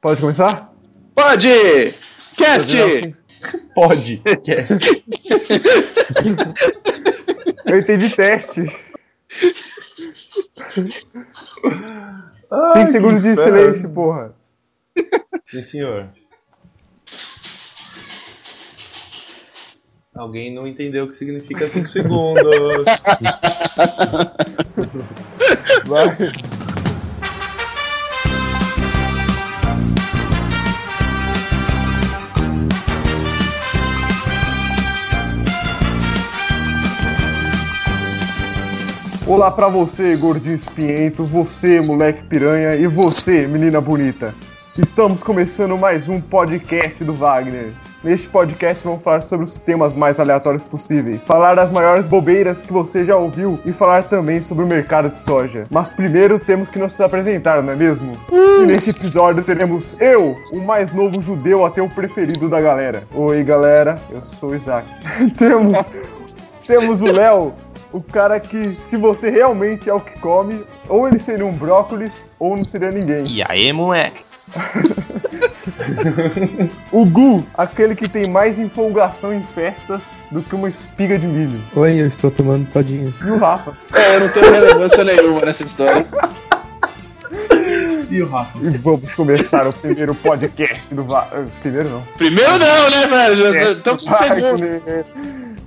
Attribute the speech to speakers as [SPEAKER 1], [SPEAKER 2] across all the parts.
[SPEAKER 1] Pode começar?
[SPEAKER 2] Pode! Cast!
[SPEAKER 3] Pode.
[SPEAKER 1] Eu entendi teste.
[SPEAKER 3] Ai,
[SPEAKER 1] 5
[SPEAKER 3] que
[SPEAKER 1] segundos de
[SPEAKER 3] inferno.
[SPEAKER 1] silêncio, porra.
[SPEAKER 3] Sim, senhor. Alguém não entendeu o que significa 5 segundos.
[SPEAKER 1] Vai. Olá pra você, gordinho espinhento, você, moleque piranha e você, menina bonita. Estamos começando mais um podcast do Wagner. Neste podcast vamos falar sobre os temas mais aleatórios possíveis, falar das maiores bobeiras que você já ouviu e falar também sobre o mercado de soja. Mas primeiro temos que nos apresentar, não é mesmo? E nesse episódio teremos eu, o mais novo judeu ateu preferido da galera. Oi galera, eu sou o Isaac. temos temos o Léo, o cara que, se você realmente é o que come, ou ele seria um brócolis, ou não seria ninguém.
[SPEAKER 4] E aí, moleque?
[SPEAKER 1] O Gu, aquele que tem mais empolgação em festas do que uma espiga de milho.
[SPEAKER 5] Oi, eu estou tomando todinho.
[SPEAKER 1] E o Rafa.
[SPEAKER 2] É, eu não tenho relevância nenhuma nessa história.
[SPEAKER 3] e o Rafa?
[SPEAKER 1] E vamos começar o primeiro podcast do Va... ah, Primeiro não.
[SPEAKER 2] Primeiro não, né, velho? Estamos no
[SPEAKER 1] Vai,
[SPEAKER 2] segundo.
[SPEAKER 1] né?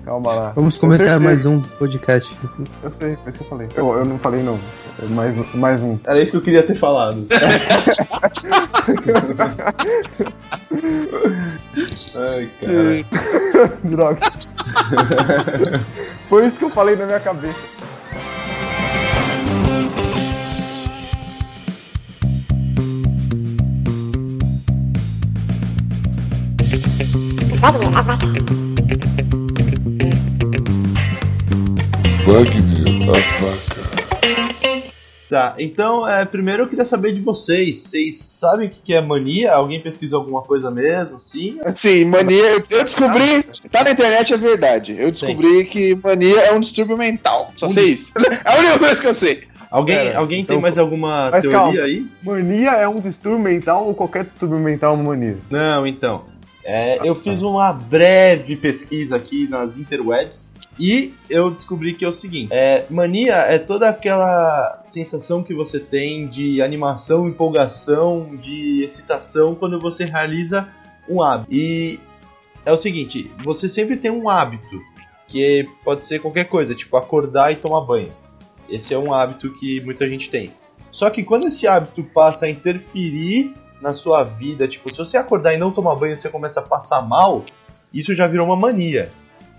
[SPEAKER 1] Calma lá.
[SPEAKER 5] Vamos
[SPEAKER 1] Eu
[SPEAKER 5] começar
[SPEAKER 1] sei.
[SPEAKER 5] mais um podcast.
[SPEAKER 1] Eu sei, foi isso que eu falei. Eu, eu não falei não. É Mais, um- mais um.
[SPEAKER 3] Era isso que eu queria ter falado. Ai, cara.
[SPEAKER 1] Droga. Foi isso que eu falei na minha cabeça.
[SPEAKER 3] Tá, então, é, primeiro eu queria saber de vocês. Vocês sabem o que que é mania? Alguém pesquisou alguma coisa mesmo? Sim?
[SPEAKER 2] Assim, mania, eu- eu descobri, tá na internet, é verdade. Eu descobri que mania é um distúrbio mental. Só sei isso. É a única coisa que eu sei.
[SPEAKER 3] Alguém,
[SPEAKER 1] Pera,
[SPEAKER 3] alguém
[SPEAKER 1] então-
[SPEAKER 3] tem mais alguma
[SPEAKER 1] Mas
[SPEAKER 3] teoria
[SPEAKER 1] calma.
[SPEAKER 3] aí?
[SPEAKER 1] Mania é um distúrbio mental ou qualquer distúrbio mental é uma mania?
[SPEAKER 3] Não, então. É, eu fiz uma breve pesquisa aqui nas interwebs e eu descobri que é o seguinte: é, mania é toda aquela sensação que você tem de animação, empolgação, de excitação quando você realiza um hábito. E é o seguinte: você sempre tem um hábito, que pode ser qualquer coisa, tipo acordar e tomar banho. Esse é um hábito que muita gente tem. Só que quando esse hábito passa a interferir na sua vida, tipo, se você acordar e não tomar banho, você começa a passar mal, isso já virou uma mania,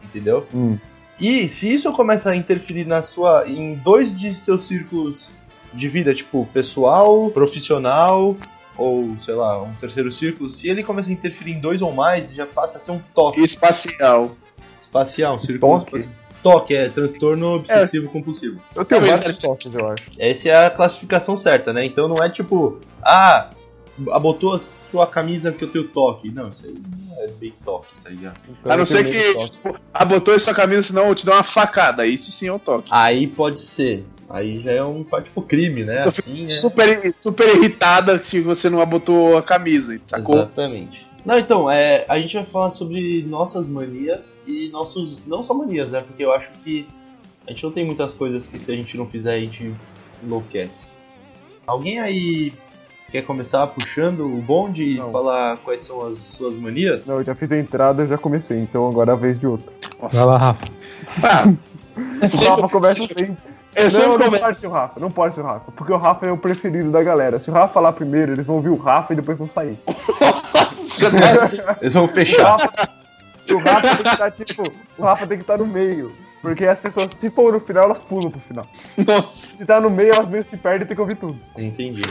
[SPEAKER 3] entendeu?
[SPEAKER 1] Hum.
[SPEAKER 3] E se isso começa a interferir na sua em dois de seus círculos de vida, tipo, pessoal, profissional ou, sei lá, um terceiro círculo, se ele começa a interferir em dois ou mais, já passa a ser um toque
[SPEAKER 2] Espacial.
[SPEAKER 3] espacial, um círculo
[SPEAKER 1] toque?
[SPEAKER 3] espacial. Toque, é talvez. obsessivo compulsivo.
[SPEAKER 1] Eu tenho
[SPEAKER 2] Não, mas-
[SPEAKER 1] vários toques, É eu acho.
[SPEAKER 3] Essa é a classificação certa, né? Então não é tipo, ah, abotou a sua camisa que eu tenho toque. Não, isso aí não é bem toque, tá ligado?
[SPEAKER 1] Então,
[SPEAKER 2] A não ser que tipo, abotou sua camisa, senão eu te dou uma facada. Isso sim é um toque.
[SPEAKER 3] Aí pode ser. Aí já é um tipo crime, né?
[SPEAKER 2] Só
[SPEAKER 3] Assim, né?
[SPEAKER 2] Super, super irritada se você não abotou a camisa, sacou?
[SPEAKER 3] Exatamente. Não, então, é, a gente vai falar sobre nossas manias e nossos. Não só manias, né? Porque eu acho que a gente não tem muitas coisas que se a gente não fizer a gente enlouquece. Alguém aí quer começar puxando o bonde
[SPEAKER 1] Não.
[SPEAKER 3] e falar quais são as suas manias?
[SPEAKER 1] Não, eu já fiz a entrada, eu já comecei, então agora é a vez de outro.
[SPEAKER 5] Vai lá, Rafa.
[SPEAKER 2] Ah,
[SPEAKER 1] O Rafa começa bem.
[SPEAKER 2] eu
[SPEAKER 1] Não,
[SPEAKER 2] É sempre
[SPEAKER 1] não
[SPEAKER 2] começo.
[SPEAKER 1] pode ser o Rafa, não pode ser o Rafa, porque o Rafa é o preferido da galera. Se o Rafa falar primeiro, eles vão ouvir o Rafa e depois vão sair.
[SPEAKER 2] Já tá-
[SPEAKER 3] Eles vão
[SPEAKER 1] O
[SPEAKER 3] fechar.
[SPEAKER 1] Rafa, o Rafa tem que estar, tipo, o Rafa tem que estar no meio. Porque as pessoas, se for no final, elas pulam pro final.
[SPEAKER 2] Nossa,
[SPEAKER 1] Se tá no meio, elas mesmo se perdem e tem que ouvir tudo.
[SPEAKER 3] Entendi.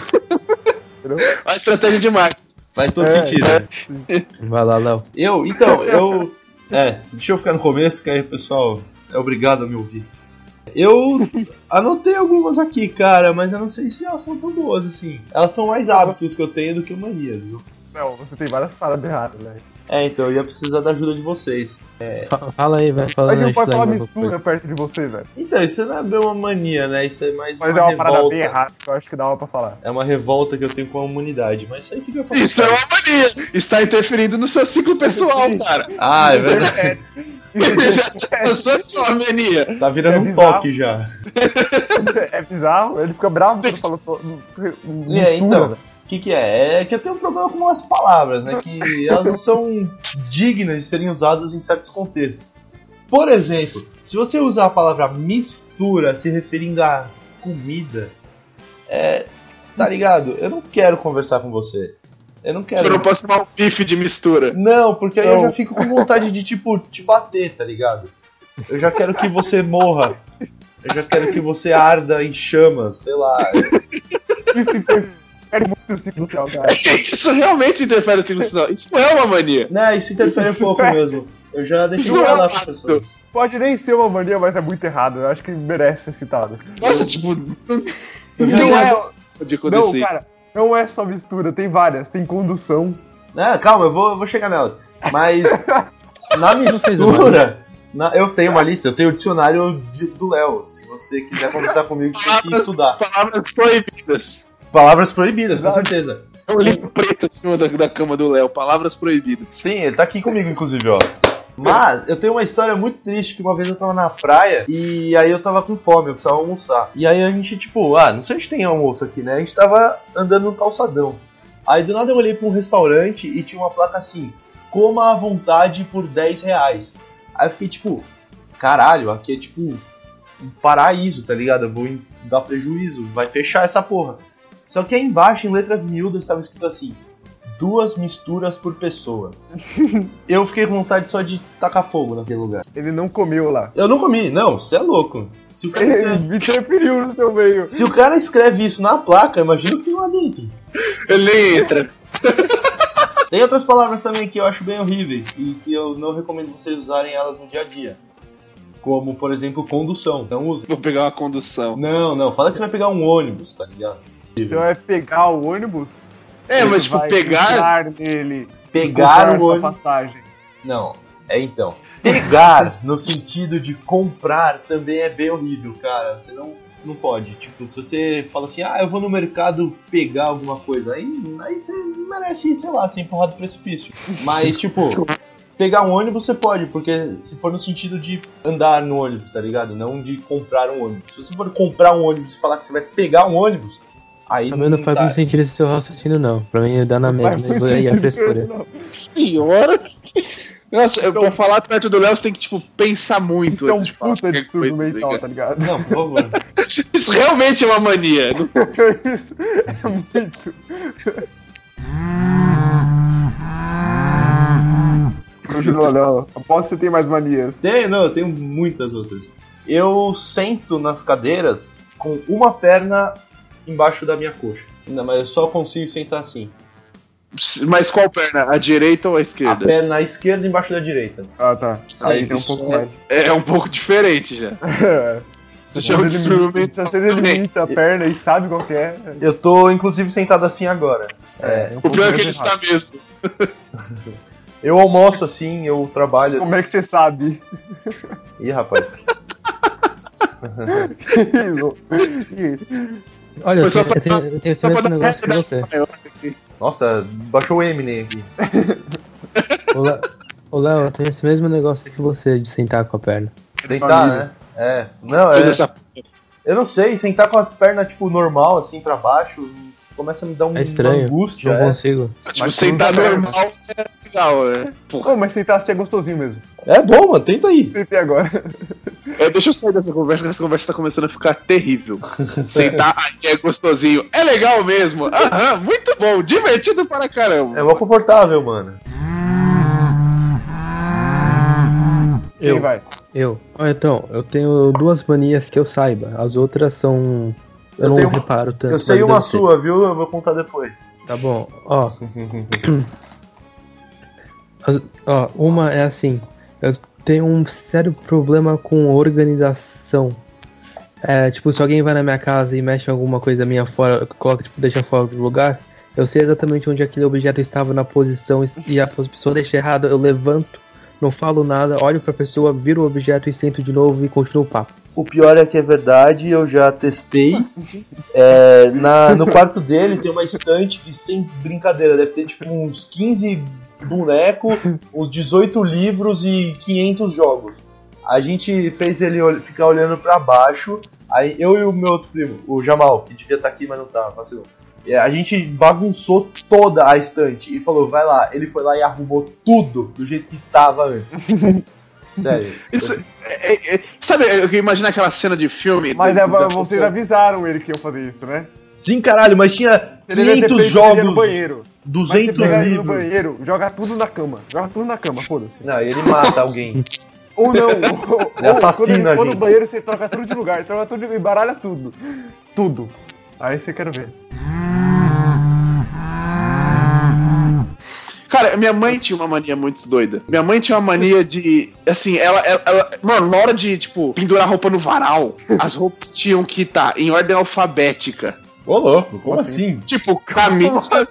[SPEAKER 2] uma estratégia de marketing.
[SPEAKER 3] Faz todo
[SPEAKER 1] É,
[SPEAKER 3] sentido. né?
[SPEAKER 5] Vai lá, Léo.
[SPEAKER 3] Eu, então, eu. É, deixa eu ficar no começo, que aí o pessoal é obrigado a me ouvir. Eu anotei algumas aqui, cara, mas eu não sei se elas são tão boas assim. Elas são mais hábitos que eu tenho do que manias, viu?
[SPEAKER 1] Não, você tem várias paradas erradas, né?
[SPEAKER 3] É, então, eu ia precisar da ajuda de vocês.
[SPEAKER 5] Fa- Fala aí, vai
[SPEAKER 1] A
[SPEAKER 5] falando
[SPEAKER 1] gente não
[SPEAKER 5] aí,
[SPEAKER 2] tá
[SPEAKER 1] pode falar
[SPEAKER 5] Schleim, alguma
[SPEAKER 1] mistura perto de você, velho.
[SPEAKER 3] Então, isso não é bem uma mania, né? Isso é mais
[SPEAKER 1] Mas
[SPEAKER 3] uma
[SPEAKER 1] é uma parada
[SPEAKER 3] revolta.
[SPEAKER 1] bem errada, que eu acho que dá pra falar.
[SPEAKER 3] É uma revolta que eu tenho com a humanidade, mas isso aí fica pra
[SPEAKER 2] Isso é uma mania. Está interferindo no seu ciclo pessoal, cara.
[SPEAKER 3] Ah, é verdade.
[SPEAKER 2] Eu sou só mania.
[SPEAKER 3] Tá virando
[SPEAKER 1] É
[SPEAKER 3] um
[SPEAKER 1] bizarro.
[SPEAKER 3] toque já.
[SPEAKER 1] é bizarro, ele fica bravo quando fala fala- mistura.
[SPEAKER 3] É, então,
[SPEAKER 1] velho.
[SPEAKER 3] o que, que é? É que eu tenho um problema com as palavras, né? Que elas não são dignas de serem usadas em certos contextos. Por exemplo, se você usar a palavra mistura se referindo a comida, é. Tá ligado? Eu não quero conversar com você. Eu
[SPEAKER 1] É.
[SPEAKER 3] não quero.
[SPEAKER 2] Eu não posso tomar um bife de mistura.
[SPEAKER 3] Não, porque aí eu
[SPEAKER 1] Não.
[SPEAKER 3] já fico com vontade de, tipo, te bater, tá ligado? Eu já quero que você morra. Eu já quero que você arda em chamas, sei lá.
[SPEAKER 1] Isso interfere muito no ciclo social, cara.
[SPEAKER 2] Isso realmente interfere no ciclo pessoal. Isso não é uma mania.
[SPEAKER 3] Não, isso interfere um pouco mesmo. Eu já deixei
[SPEAKER 2] Isso é
[SPEAKER 3] falar com as
[SPEAKER 2] errado.
[SPEAKER 3] pessoas.
[SPEAKER 1] Pode nem ser uma mania, mas é muito errado. Eu acho que merece ser citado.
[SPEAKER 2] Nossa, tipo, não
[SPEAKER 3] Não
[SPEAKER 2] tem
[SPEAKER 1] é,
[SPEAKER 2] razão de
[SPEAKER 1] não,
[SPEAKER 2] acontecer.
[SPEAKER 1] cara, não é só mistura, tem várias. Tem condução.
[SPEAKER 3] Não, Né, calma, eu vou, eu vou chegar nelas. Mas na
[SPEAKER 5] fez uma
[SPEAKER 3] mistura, na- eu tenho uma lista, eu tenho o dicionário de- do Léo. Se você quiser conversar comigo, tem que estudar.
[SPEAKER 2] Palavras proibidas.
[SPEAKER 3] Palavras proibidas, com certeza.
[SPEAKER 2] É um livro preto em cima da, da cama do Léo. Palavras proibidas.
[SPEAKER 3] Sim, ele tá aqui comigo, inclusive, ó. Mas eu tenho uma história muito triste que uma vez eu tava na praia e aí eu tava com fome, eu precisava almoçar. E aí a gente, tipo, ah, não sei se tem almoço aqui, né? A gente tava andando no calçadão. Aí do nada eu olhei pra um restaurante e tinha uma placa assim: coma à vontade por 10 reais. Aí eu fiquei tipo, caralho, aqui é tipo um paraíso, tá ligado? Eu vou em- dar prejuízo, vai fechar essa porra. Só que aí embaixo, em letras miúdas, tava escrito assim: duas misturas por pessoa. eu fiquei com vontade só de tacar fogo naquele lugar.
[SPEAKER 1] Ele não comeu lá.
[SPEAKER 3] Eu não comi, não, você é louco. Se o cara
[SPEAKER 1] Ele
[SPEAKER 3] escreve,
[SPEAKER 1] me interferiu no seu meio.
[SPEAKER 3] se o cara escreve isso na placa, imagina o que tem lá dentro.
[SPEAKER 2] Ele entra.
[SPEAKER 3] Tem outras palavras também que eu acho bem horríveis e que eu não recomendo vocês usarem elas no dia a dia. Como, por exemplo, condução. Não usa.
[SPEAKER 2] Vou pegar uma condução.
[SPEAKER 3] Não, não. Fala que você vai pegar um ônibus, tá ligado?
[SPEAKER 1] Você vai pegar o ônibus?
[SPEAKER 2] É, mas
[SPEAKER 1] você
[SPEAKER 2] tipo,
[SPEAKER 1] vai
[SPEAKER 2] pegar.
[SPEAKER 1] entrar nele.
[SPEAKER 3] Pegar
[SPEAKER 1] comprar
[SPEAKER 3] o
[SPEAKER 1] sua
[SPEAKER 3] ônibus.
[SPEAKER 1] passagem.
[SPEAKER 3] Não, é então. Pegar no sentido de comprar também é bem horrível, cara. Você não, não pode. Tipo, se você fala assim, ah, eu vou no mercado pegar alguma coisa, aí, aí você merece, sei lá, ser empurrado do precipício. Mas, tipo, pegar um ônibus você pode, porque se for no sentido de andar no ônibus, tá ligado? Não de comprar um ônibus. Se você for comprar um ônibus e falar que você vai pegar um ônibus, aí tá.
[SPEAKER 5] Também não faz
[SPEAKER 3] dá.
[SPEAKER 5] muito sentido esse seu raciocínio, não. Pra mim dá na mesma.
[SPEAKER 1] Mas não
[SPEAKER 5] E a
[SPEAKER 1] interfere,
[SPEAKER 5] frescura.
[SPEAKER 1] não.
[SPEAKER 2] Senhora. Nossa, eu,
[SPEAKER 1] Isso é
[SPEAKER 2] pra
[SPEAKER 1] um-
[SPEAKER 2] falar perto do Léo, você tem que, tipo, pensar muito
[SPEAKER 1] Isso é um
[SPEAKER 2] antes de falar
[SPEAKER 1] puta
[SPEAKER 2] qualquer
[SPEAKER 1] distúrbio
[SPEAKER 2] coisa,
[SPEAKER 1] mental,
[SPEAKER 2] tá
[SPEAKER 1] tá ligado?
[SPEAKER 3] Não, por favor.
[SPEAKER 2] ligado? Isso realmente é uma mania. Não
[SPEAKER 1] é muito. Continua, Léo. Aposto que você tem mais manias.
[SPEAKER 3] Tenho, não, eu tenho muitas outras. Eu sento nas cadeiras com uma perna embaixo da minha coxa. Não, mas eu só consigo sentar assim.
[SPEAKER 2] Mas qual perna? A direita ou a
[SPEAKER 3] A
[SPEAKER 2] esquerda?
[SPEAKER 3] perna esquerda embaixo da direita.
[SPEAKER 1] Ah, tá. Aí
[SPEAKER 3] Aí,
[SPEAKER 1] tem um
[SPEAKER 2] isso
[SPEAKER 1] pouco
[SPEAKER 2] é-
[SPEAKER 1] mais.
[SPEAKER 2] É um pouco diferente já. é Você chama
[SPEAKER 1] Ele-
[SPEAKER 2] de distúrbio mental.
[SPEAKER 1] Se ele limita a perna e sabe qual que é.
[SPEAKER 3] Eu tô, inclusive, sentado assim agora. É,
[SPEAKER 1] é um
[SPEAKER 2] O
[SPEAKER 1] pouco
[SPEAKER 2] pior é que
[SPEAKER 1] mais
[SPEAKER 2] ele
[SPEAKER 1] errado.
[SPEAKER 2] está mesmo.
[SPEAKER 3] eu almoço assim, eu trabalho
[SPEAKER 1] Como
[SPEAKER 3] assim.
[SPEAKER 1] é que você sabe?
[SPEAKER 3] Ih, rapaz.
[SPEAKER 1] Que louco. Que-
[SPEAKER 5] Olha,
[SPEAKER 2] Foi
[SPEAKER 5] eu
[SPEAKER 2] só
[SPEAKER 5] tenho,
[SPEAKER 2] pra-
[SPEAKER 5] eu tenho, eu tenho
[SPEAKER 2] Só pra
[SPEAKER 5] esse
[SPEAKER 2] dar
[SPEAKER 5] negócio pra
[SPEAKER 3] né?
[SPEAKER 5] você.
[SPEAKER 3] Nossa, baixou o Eminem aqui.
[SPEAKER 5] Ô, Lé- Ô, Léo, eu tenho esse mesmo negócio que você de sentar com a perna.
[SPEAKER 3] Sentar, né? É. Não, é.
[SPEAKER 2] Essa...
[SPEAKER 3] Eu não sei, sentar com as pernas, tipo, normal, assim, pra baixo, começa a me dar um,
[SPEAKER 5] É estranho.
[SPEAKER 3] uma angústia.
[SPEAKER 5] Não
[SPEAKER 3] é.
[SPEAKER 5] consigo.
[SPEAKER 2] Tipo, sentar
[SPEAKER 1] cruza a perna.
[SPEAKER 2] normal é legal, né?
[SPEAKER 1] Pô, mas sentar assim é gostosinho mesmo.
[SPEAKER 3] é bom, mano, tenta aí.
[SPEAKER 1] Sentei agora.
[SPEAKER 2] É, deixa eu sair dessa conversa, que essa conversa tá começando a ficar terrível. Sentar aqui é gostosinho. É legal mesmo. Aham, muito bom. Divertido para caramba.
[SPEAKER 3] É mó confortável, mano.
[SPEAKER 1] Quem
[SPEAKER 5] Eu.
[SPEAKER 1] vai?
[SPEAKER 5] Eu. Ó, então, eu tenho duas manias que eu saiba. As outras são. Eu,
[SPEAKER 3] Eu
[SPEAKER 5] não
[SPEAKER 3] tenho-
[SPEAKER 5] reparo tanto.
[SPEAKER 3] Eu sei
[SPEAKER 5] mas
[SPEAKER 3] uma
[SPEAKER 5] deve ter.
[SPEAKER 3] sua, viu? Eu vou contar depois.
[SPEAKER 5] Tá bom. Ó, as- ó, uma é assim. Eu tenho um sério problema com organização. É, tipo, se alguém vai na minha casa e mexe alguma coisa minha fora, coloca, tipo, deixa fora do lugar, Eu sei exatamente onde aquele objeto estava na posição e a pessoa deixa errada, eu levanto, não falo nada, olho pra pessoa, viro o objeto e sento de novo e continuo o papo.
[SPEAKER 3] O pior é que é verdade, eu já testei. É, na, no quarto dele tem uma estante que, sem brincadeira, deve ter tipo uns 15 bonecos, uns 18 livros e 500 jogos. A gente fez ele ol- ficar olhando pra baixo. Aí eu e o meu outro primo, o Jamal, que devia estar aqui, mas não tá, vacilou. É, A gente bagunçou toda a estante e falou, vai lá. Ele foi lá e arrumou tudo do jeito que tava antes. Sério.
[SPEAKER 2] Isso- é- é- sabe, eu imagino aquela cena de filme.
[SPEAKER 1] Mas
[SPEAKER 2] do-
[SPEAKER 1] é,
[SPEAKER 2] da-
[SPEAKER 1] vocês avisaram ele que ia fazer isso, né?
[SPEAKER 3] Sim, caralho, mas tinha
[SPEAKER 1] Ele ia ter
[SPEAKER 3] 500
[SPEAKER 1] feito ele no
[SPEAKER 3] jogos,
[SPEAKER 1] banheiro. Mas você
[SPEAKER 3] 200
[SPEAKER 1] pega ele no
[SPEAKER 3] livros.
[SPEAKER 1] banheiro, joga tudo na cama. Joga tudo na cama, foda-se.
[SPEAKER 3] Não, ele mata alguém.
[SPEAKER 1] Ou não. ou, ou quando
[SPEAKER 3] assassina
[SPEAKER 1] ele
[SPEAKER 3] a
[SPEAKER 1] for no
[SPEAKER 3] gente.
[SPEAKER 1] banheiro, você troca tudo de lugar. Troca tudo de... Embaralha tudo. Tudo. Aí você quer ver.
[SPEAKER 2] Cara, minha mãe tinha uma mania muito doida. Minha mãe tinha uma mania de. Assim, ela. ela- ela- mano, na hora de, tipo, pendurar roupa no varal, as roupas tinham que estar em ordem alfabética.
[SPEAKER 3] Ô louco, como assim?
[SPEAKER 2] Tipo, camisa.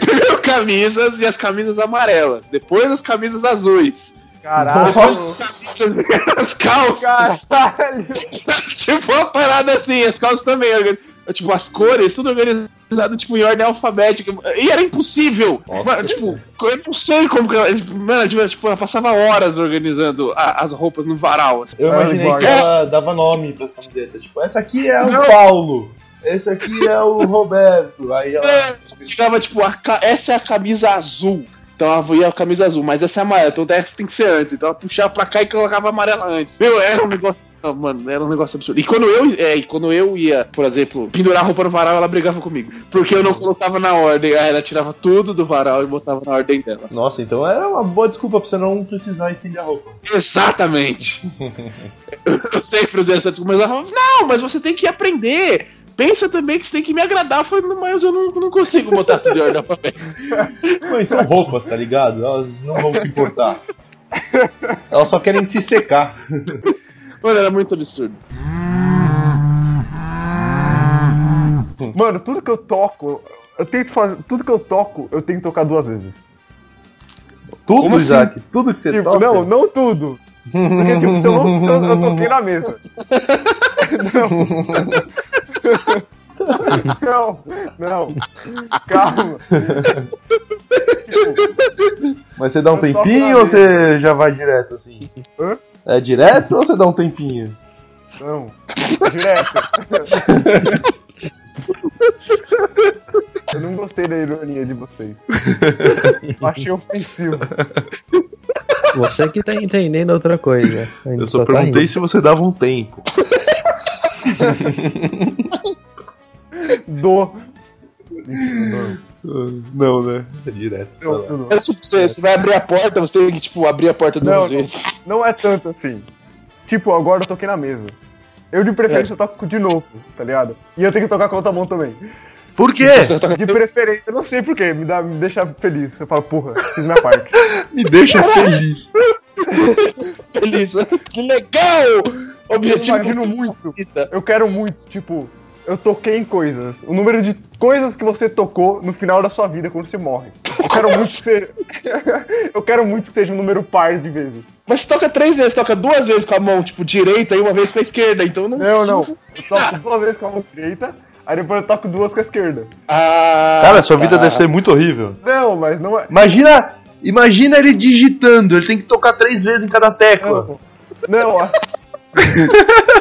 [SPEAKER 2] primeiro camisas e as camisas amarelas. Depois as camisas azuis.
[SPEAKER 1] Caralho.
[SPEAKER 2] Depois as camisas- as calças.
[SPEAKER 1] Caralho.
[SPEAKER 2] tipo, uma parada assim, as calças também. organ- Tipo, as cores, tudo organizado, tipo, em ordem alfabética. E era impossível. Mano, tipo, eu não sei como que ela. Mano, tipo, tipo, ela passava horas organizando a- as roupas no varal. assim.
[SPEAKER 1] Ah,
[SPEAKER 3] Eu imaginei
[SPEAKER 1] Cyborg.
[SPEAKER 3] que ela dava nome pras camisetas. Tipo, essa aqui é o
[SPEAKER 2] Não.
[SPEAKER 3] Paulo. Esse aqui é o Roberto. Aí ela.
[SPEAKER 2] É, Chegava, tipo, a ca- essa é a camisa azul. Então ela ia a camisa azul, mas essa é amarela, então essa tem que ser antes. Então ela puxava pra cá e colocava amarela antes. Meu, era um negócio. não, Mano, era um negócio absurdo. E quando eu, é, e quando eu ia, por exemplo, pendurar a roupa no varal, ela brigava comigo. Porque eu não colocava na ordem. Aí ela tirava tudo do varal e botava na ordem dela.
[SPEAKER 3] Nossa, então era uma boa desculpa pra você não precisar estender a roupa.
[SPEAKER 2] Exatamente. eu, eu sempre usei essa desculpa, mas ela falava, não, mas você tem que aprender. Pensa também que você tem que me agradar. Eu falei, mas eu não, não consigo botar tudo em ordem alfabética.
[SPEAKER 3] Mas são roupas, tá ligado? Elas não vão se importar. Elas só querem se secar.
[SPEAKER 2] Mano, era muito absurdo.
[SPEAKER 1] Mano, tudo que eu toco, eu tento fazer. Tudo que eu toco, eu tenho que tocar duas vezes.
[SPEAKER 3] Tudo,
[SPEAKER 2] Como assim?
[SPEAKER 3] Isaac. Tudo que você
[SPEAKER 1] Tipo,
[SPEAKER 3] toca.
[SPEAKER 1] não, não tudo. Porque, tipo, se eu não. Se eu, eu toquei na mesa. Não. Não, não. Calma. Tipo,
[SPEAKER 3] Mas você dá um
[SPEAKER 1] Eu toco
[SPEAKER 3] tempinho
[SPEAKER 1] na
[SPEAKER 3] ou você já vai direto assim?
[SPEAKER 1] Hã?
[SPEAKER 3] É direto ou você dá um tempinho?
[SPEAKER 1] Não. Direto. Eu não gostei da ironia de vocês. Eu achei ofensivo.
[SPEAKER 5] Você que tá entendendo outra coisa. A gente
[SPEAKER 3] Eu só
[SPEAKER 5] tá
[SPEAKER 3] perguntei
[SPEAKER 5] rindo.
[SPEAKER 3] se você dava um tempo.
[SPEAKER 1] Do. Mentira,
[SPEAKER 3] Não, né? É direto.
[SPEAKER 1] não. Não, não.
[SPEAKER 2] Eu sup- É tipo, Você, você vai abrir a porta, você tem que, tipo, abrir a porta duas
[SPEAKER 1] Não, não.
[SPEAKER 2] vezes.
[SPEAKER 1] Não é tanto assim. Tipo, agora eu toquei na mesa. Eu de preferência eu toco de novo, tá ligado? E eu tenho que tocar com a outra mão também.
[SPEAKER 3] Por quê?
[SPEAKER 1] De preferência, eu não sei porquê, me, dá, me deixa feliz. Eu falo, porra, fiz minha parte.
[SPEAKER 3] Me deixa feliz.
[SPEAKER 2] Feliz. Que legal!
[SPEAKER 1] Eu
[SPEAKER 2] Objetivo
[SPEAKER 1] imagino muito,
[SPEAKER 2] bonita.
[SPEAKER 1] eu quero muito, tipo, eu toquei em coisas. O número de coisas que você tocou no final da sua vida quando você morre. Eu quero muito ser. eu quero muito que seja um número par de vezes.
[SPEAKER 2] Mas você toca três vezes, toca duas vezes com a mão, tipo, direita e uma vez com a esquerda, então não.
[SPEAKER 1] Não, não. Eu toco duas vezes com a mão direita, aí depois eu toco duas com a esquerda.
[SPEAKER 2] Ah,
[SPEAKER 3] Cara, sua vida
[SPEAKER 2] tá.
[SPEAKER 3] deve ser muito horrível.
[SPEAKER 1] Não, mas não é.
[SPEAKER 3] Imagina, imagina ele digitando, ele tem que tocar três vezes em cada tecla.
[SPEAKER 1] Não, não, ó.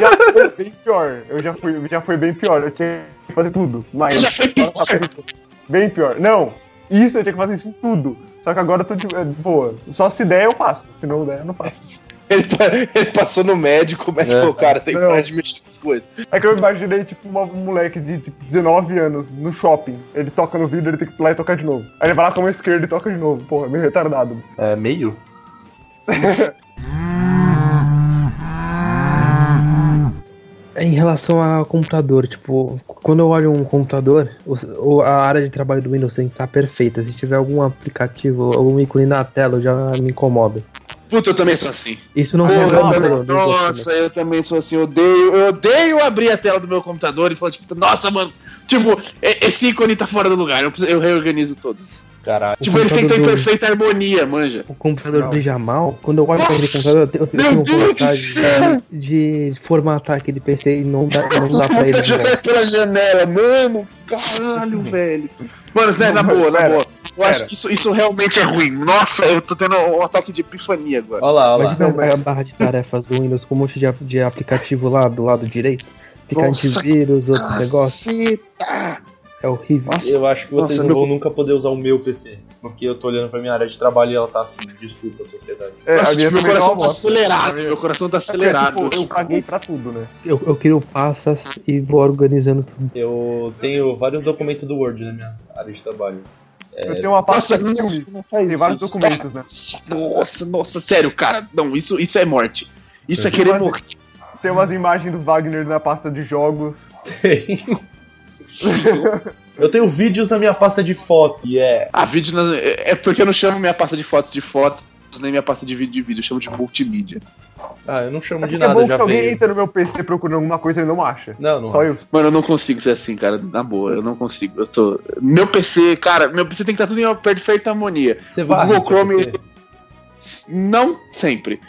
[SPEAKER 1] já foi bem pior. Eu já fui, já foi bem pior. Eu tinha que fazer tudo. Mas
[SPEAKER 2] Já foi pior.
[SPEAKER 1] bem pior. Não. Isso eu tinha que fazer isso tudo. Só que agora eu tô de é, boa. Só se der eu faço. Se não der, eu não faço.
[SPEAKER 2] Ele, pa- ele passou no médico, o médico
[SPEAKER 3] É.
[SPEAKER 2] falou, cara, tem que
[SPEAKER 1] Não.
[SPEAKER 2] parar de mexer nas coisas.
[SPEAKER 1] É que eu imaginei, tipo, uma- um moleque de tipo, 19 anos no shopping. Ele toca no vidro, ele tem que pular e tocar de novo. Aí ele vai lá com a mão esquerda e toca de novo. Porra, meio retardado.
[SPEAKER 3] É, meio?
[SPEAKER 5] É Em relação ao computador, tipo, quando eu olho um computador, o- o- a área de trabalho do Windows tem que estar perfeita. Se tiver algum aplicativo, algum ícone na tela, eu já me incomoda.
[SPEAKER 2] Puta, eu também sou assim.
[SPEAKER 5] Isso não
[SPEAKER 2] Pô, eu
[SPEAKER 5] resolve o
[SPEAKER 2] também-
[SPEAKER 5] problema.
[SPEAKER 2] nossa, eu também sou assim, eu odeio, eu odeio abrir a tela do meu computador e falar, tipo, nossa, mano, Tipo, e- esse ícone tá fora do lugar, eu, preciso- eu reorganizo todos.
[SPEAKER 3] Caralho.
[SPEAKER 2] tipo, eles têm que estar em
[SPEAKER 5] Ah, computador-
[SPEAKER 2] perfeita harmonia, manja.
[SPEAKER 5] O computador
[SPEAKER 1] Não.
[SPEAKER 5] do Jamal, quando eu olho pra aquele computador, eu tenho, eu
[SPEAKER 2] Meu
[SPEAKER 5] tenho
[SPEAKER 2] Deus do
[SPEAKER 5] vontade
[SPEAKER 2] céu!
[SPEAKER 5] de, de formatar aquele PC e não dá, não dá pra ele.
[SPEAKER 2] Puta,
[SPEAKER 5] Né?
[SPEAKER 2] jogar pela janela, mano. Caralho, velho. Mano, Zé, na
[SPEAKER 1] Não,
[SPEAKER 2] boa, na
[SPEAKER 1] pera,
[SPEAKER 2] boa. Eu acho
[SPEAKER 1] pera.
[SPEAKER 2] que isso, isso realmente é ruim. Nossa, eu tô tendo um ataque de epifania agora.
[SPEAKER 3] Olha lá, olha lá.
[SPEAKER 5] Imagina
[SPEAKER 1] Não,
[SPEAKER 5] a barra de tarefas do Windows com um monte de, ap- de aplicativo lá do lado direito. Fica
[SPEAKER 2] Nossa,
[SPEAKER 5] antivírus, outros negócios.
[SPEAKER 2] Caceta!
[SPEAKER 5] É horrível.
[SPEAKER 2] Nossa,
[SPEAKER 3] Eu acho que vocês
[SPEAKER 2] Nossa, meu-
[SPEAKER 3] não vão nunca poder usar o meu PC. Porque eu tô olhando pra minha área de trabalho e ela tá assim. Desculpa, sociedade.
[SPEAKER 1] É,
[SPEAKER 2] Nossa,
[SPEAKER 1] a minha
[SPEAKER 2] meu
[SPEAKER 1] também
[SPEAKER 2] coração
[SPEAKER 1] não
[SPEAKER 2] tá
[SPEAKER 1] gosta.
[SPEAKER 2] acelerado, meu coração tá acelerado.
[SPEAKER 1] Porque, tipo, eu paguei pra tudo, né?
[SPEAKER 5] Eu, eu crio passas e vou organizando tudo.
[SPEAKER 3] Eu tenho vários documentos do Word na minha área de trabalho.
[SPEAKER 1] Eu tenho uma pasta
[SPEAKER 2] É. Nossa,
[SPEAKER 1] de
[SPEAKER 2] não,
[SPEAKER 1] filmes.
[SPEAKER 2] não faz
[SPEAKER 1] Tem vários
[SPEAKER 2] isso.
[SPEAKER 1] documentos, né?
[SPEAKER 2] Nossa, nossa, sério, cara. Não, isso, isso é morte. Isso é querer
[SPEAKER 1] Mas-
[SPEAKER 2] morrer.
[SPEAKER 1] Tem umas imagens do Wagner na pasta de jogos.
[SPEAKER 3] eu tenho vídeos na minha pasta de foto. E é.
[SPEAKER 2] A vídeo não- é é porque eu não chamo minha pasta de fotos de fotos, nem minha pasta de vídeo de vídeo, eu chamo de multimídia.
[SPEAKER 3] Ah, eu não chamo
[SPEAKER 1] É
[SPEAKER 3] de
[SPEAKER 1] porque
[SPEAKER 3] nada,
[SPEAKER 1] é bom que
[SPEAKER 3] já
[SPEAKER 1] se alguém
[SPEAKER 3] veio.
[SPEAKER 1] entra no meu PC procurando alguma coisa, ele não acha.
[SPEAKER 3] Não, é. não.
[SPEAKER 1] Só eu.
[SPEAKER 2] Mano, eu não consigo ser assim, cara. Na boa, eu não consigo. Eu sou. Meu PC, cara, meu PC tem que estar tudo em uma perfeita harmonia.
[SPEAKER 3] Você vai.
[SPEAKER 2] Google Chrome- Não sempre.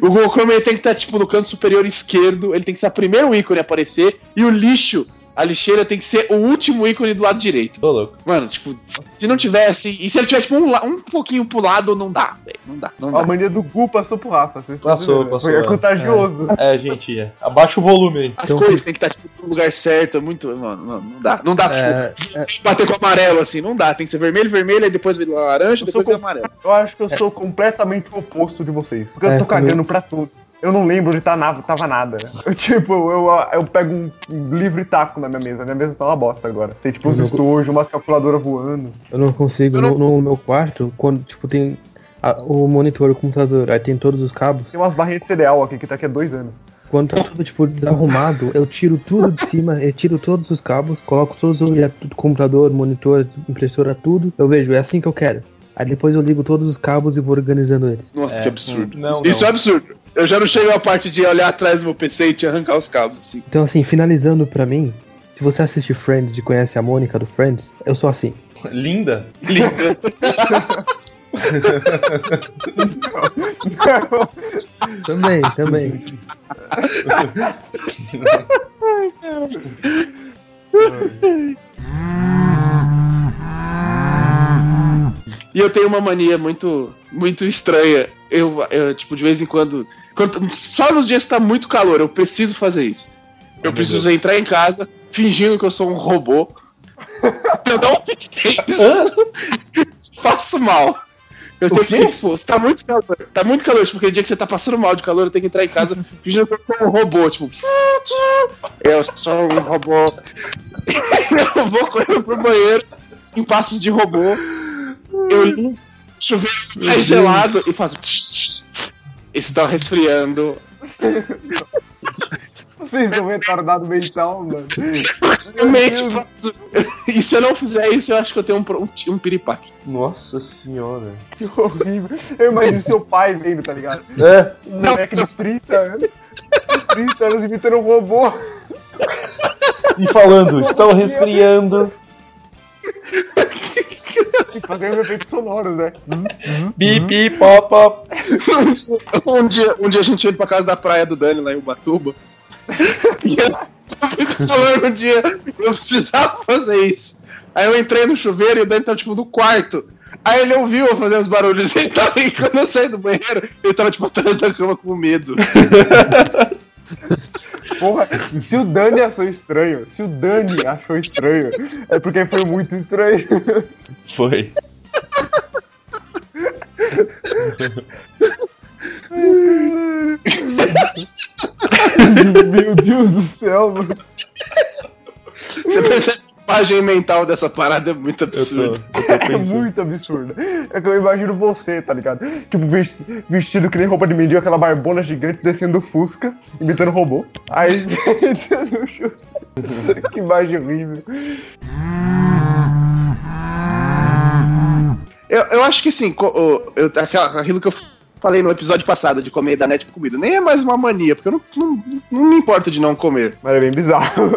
[SPEAKER 2] O Google Chrome ele tem que estar, tipo, no canto superior esquerdo, ele tem que ser o primeiro ícone a aparecer, e o lixo, a lixeira, tem que ser o último ícone do lado direito.
[SPEAKER 3] Tô louco.
[SPEAKER 2] Mano, tipo, se não tivesse. E se ele tiver, tipo, um, la- um pouquinho pro lado, não dá, velho. Não dá, não
[SPEAKER 1] A
[SPEAKER 2] dá.
[SPEAKER 1] mania do Gu passou pro Rafa. Vocês estão
[SPEAKER 3] Passou,
[SPEAKER 1] entendendo?
[SPEAKER 3] passou,
[SPEAKER 1] Foi
[SPEAKER 3] é.
[SPEAKER 1] contagioso.
[SPEAKER 3] É, gente, é. abaixa o volume aí.
[SPEAKER 2] As
[SPEAKER 5] Então-
[SPEAKER 2] cores tem que estar, tipo, no lugar certo, é muito. Mano, não, não dá. Não dá,
[SPEAKER 5] É,
[SPEAKER 2] tipo, bater com amarelo assim, não dá. Tem que ser vermelho, vermelho, aí depois vem laranja,
[SPEAKER 1] Eu
[SPEAKER 2] depois
[SPEAKER 1] sou
[SPEAKER 2] vem amarelo.
[SPEAKER 1] Eu acho que eu sou completamente o oposto de vocês. Porque
[SPEAKER 5] É,
[SPEAKER 1] eu tô
[SPEAKER 5] também.
[SPEAKER 1] cagando pra tudo. Eu não lembro onde tá na- tava nada. Eu, tipo, eu, eu pego um, um livro e taco na minha mesa. Minha mesa tá uma bosta agora. Tem tipo uns
[SPEAKER 5] Eu não-
[SPEAKER 1] estojos, umas calculadoras voando.
[SPEAKER 5] Eu não consigo.
[SPEAKER 2] Eu não-
[SPEAKER 5] No, no meu quarto, quando tipo, tem a- o monitor, o computador, aí tem todos os cabos.
[SPEAKER 1] Tem umas barrinhas de cereal aqui que tá aqui há dois anos.
[SPEAKER 5] Quando tá tudo tipo, desarrumado, eu tiro tudo de cima, eu tiro todos os cabos, coloco todos os objetos, computador, monitor, impressora, tudo. Eu vejo, é assim que eu quero. Aí depois eu ligo todos os cabos e vou organizando eles.
[SPEAKER 2] Nossa,
[SPEAKER 3] É,
[SPEAKER 2] que absurdo.
[SPEAKER 3] não,
[SPEAKER 2] Isso
[SPEAKER 3] não.
[SPEAKER 2] é absurdo. Eu já não chego à parte de olhar atrás do meu PC e te arrancar os cabos, assim.
[SPEAKER 5] Então assim, finalizando pra mim, se você assiste Friends e conhece a Mônica do Friends, eu sou assim.
[SPEAKER 3] Linda?
[SPEAKER 2] Liga.
[SPEAKER 5] Também, também.
[SPEAKER 2] E eu tenho uma mania muito, muito estranha. Eu, eu, tipo, de vez em quando, quando- Só nos dias que tá muito calor, eu preciso fazer isso. Eu
[SPEAKER 3] meu
[SPEAKER 2] preciso entrar em casa fingindo que eu sou um robô. eu não sei isso. Faço mal. Eu tenho que, tipo, se tá muito calor. Tá muito calor, tipo, aquele dia que você tá passando mal de calor, eu tenho que entrar em casa fingindo que eu sou um robô, tipo. Eu sou um robô. eu vou correndo pro banheiro em passos de robô. Eu limpo o chuveiro
[SPEAKER 5] Deus.
[SPEAKER 2] mais gelado e faço. Está resfriando.
[SPEAKER 1] Vocês estão retardados mental, mano.
[SPEAKER 2] Realmente faço. E se eu não fizer isso, eu acho que eu tenho um, pro- um, ti- um piripaque.
[SPEAKER 3] Nossa senhora.
[SPEAKER 1] Que horrível. Eu imagino seu pai vendo, tá ligado?
[SPEAKER 3] É.
[SPEAKER 1] Um moleque de 30 anos. 30 anos imitando um robô.
[SPEAKER 3] E falando, estão resfriando.
[SPEAKER 1] E fazendo efeitos sonoros, né?
[SPEAKER 3] Pipi, pop, pop.
[SPEAKER 2] Um dia- um, dia, um dia a gente indo pra casa da praia do Dani lá em Ubatuba. E eu falando um dia, eu precisava fazer isso. Aí eu entrei no chuveiro e o Dani tava tipo no quarto. Aí ele ouviu eu fazer uns barulhos. Ele tava, e quando eu saí do banheiro, ele tava tipo atrás da cama com medo.
[SPEAKER 1] Porra, se o Dani achou estranho, se o Dani achou estranho, é porque foi muito estranho.
[SPEAKER 3] Foi.
[SPEAKER 1] Meu Deus do céu, mano.
[SPEAKER 2] Você percebe que a imagem mental dessa parada é muito
[SPEAKER 3] Eu tô, eu
[SPEAKER 2] absurda.
[SPEAKER 3] tô
[SPEAKER 1] É
[SPEAKER 3] pensando.
[SPEAKER 1] muito absurdo. É que eu imagino você, tá ligado? Tipo, vesti- vestido que nem roupa de mendigo, aquela barbona gigante descendo o Fusca, imitando robô. Aí você entra no chute. Que imagem horrível.
[SPEAKER 2] Eu, eu acho que sim, co- o- eu, aquela- aquilo que eu falei no episódio passado de comer da net com comida. Nem é mais uma mania, porque eu não, não, não me importo de não comer.
[SPEAKER 1] Mas é bem bizarro.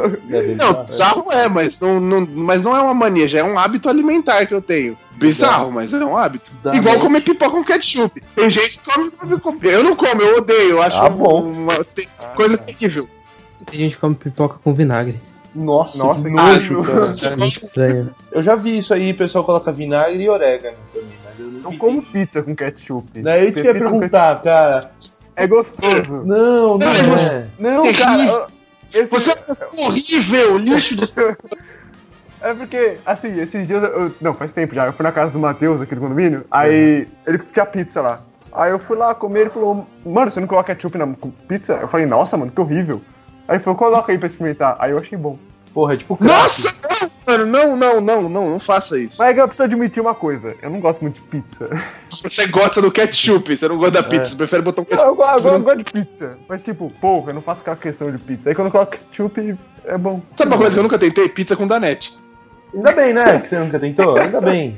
[SPEAKER 2] Não, bizarro é, mas não, não, mas não é uma mania, já é um hábito alimentar que eu tenho. Bizarro, mas é um hábito.
[SPEAKER 3] Da
[SPEAKER 2] Igual
[SPEAKER 3] net.
[SPEAKER 2] comer pipoca com ketchup. Tem gente que come, come, come. Eu não como, eu odeio, eu acho
[SPEAKER 3] Tá bom.
[SPEAKER 2] uma tem- coisa terrível.
[SPEAKER 5] Tem gente que come pipoca com vinagre.
[SPEAKER 3] Nossa,
[SPEAKER 1] Nossa,
[SPEAKER 3] que
[SPEAKER 1] que
[SPEAKER 2] Ah,
[SPEAKER 3] nojo,
[SPEAKER 1] nojo.
[SPEAKER 3] cara.
[SPEAKER 5] É muito estranho.
[SPEAKER 3] Eu já vi isso aí, o pessoal coloca vinagre e orégano também, mas eu nunca
[SPEAKER 1] Não Então, como tá
[SPEAKER 3] entendi.
[SPEAKER 1] pizza com ketchup.
[SPEAKER 3] Daí eu te ia
[SPEAKER 1] Pizza com
[SPEAKER 3] perguntar, cara.
[SPEAKER 1] ketchup É gostoso.
[SPEAKER 3] Não, não
[SPEAKER 2] Cara,
[SPEAKER 3] é.
[SPEAKER 2] você-
[SPEAKER 1] Não,
[SPEAKER 2] Tem
[SPEAKER 1] cara.
[SPEAKER 2] que-
[SPEAKER 1] eu- esse-
[SPEAKER 2] Você é horrível, lixo de
[SPEAKER 1] É porque, assim, esses dias. eu- eu- não, faz tempo já. Eu fui na casa do Matheus, aqui do condomínio. Aí
[SPEAKER 2] Uhum.
[SPEAKER 1] ele tinha pizza lá. Aí eu fui lá comer ele falou: Mano, você não coloca ketchup na co- pizza? Eu falei: Nossa, mano, que horrível. Aí ele falou: Coloca aí pra experimentar. Aí eu achei bom.
[SPEAKER 3] Porra, é tipo crack.
[SPEAKER 2] Nossa, não, mano, não, não, não, não, não faça isso.
[SPEAKER 1] Mas é eu preciso admitir uma coisa: Eu não gosto muito de pizza.
[SPEAKER 2] Você gosta do ketchup, você não gosta da pizza, você prefere botar
[SPEAKER 1] Eu,
[SPEAKER 2] um ketchup.
[SPEAKER 1] go- eu go- eu gosto de pizza. Mas, tipo, porra, eu não faço aquela questão de pizza. Aí quando eu coloco ketchup, é bom.
[SPEAKER 2] Sabe uma coisa que eu nunca tentei? Pizza com danete.
[SPEAKER 3] Ainda bem, né? Que você nunca tentou? Ainda bem.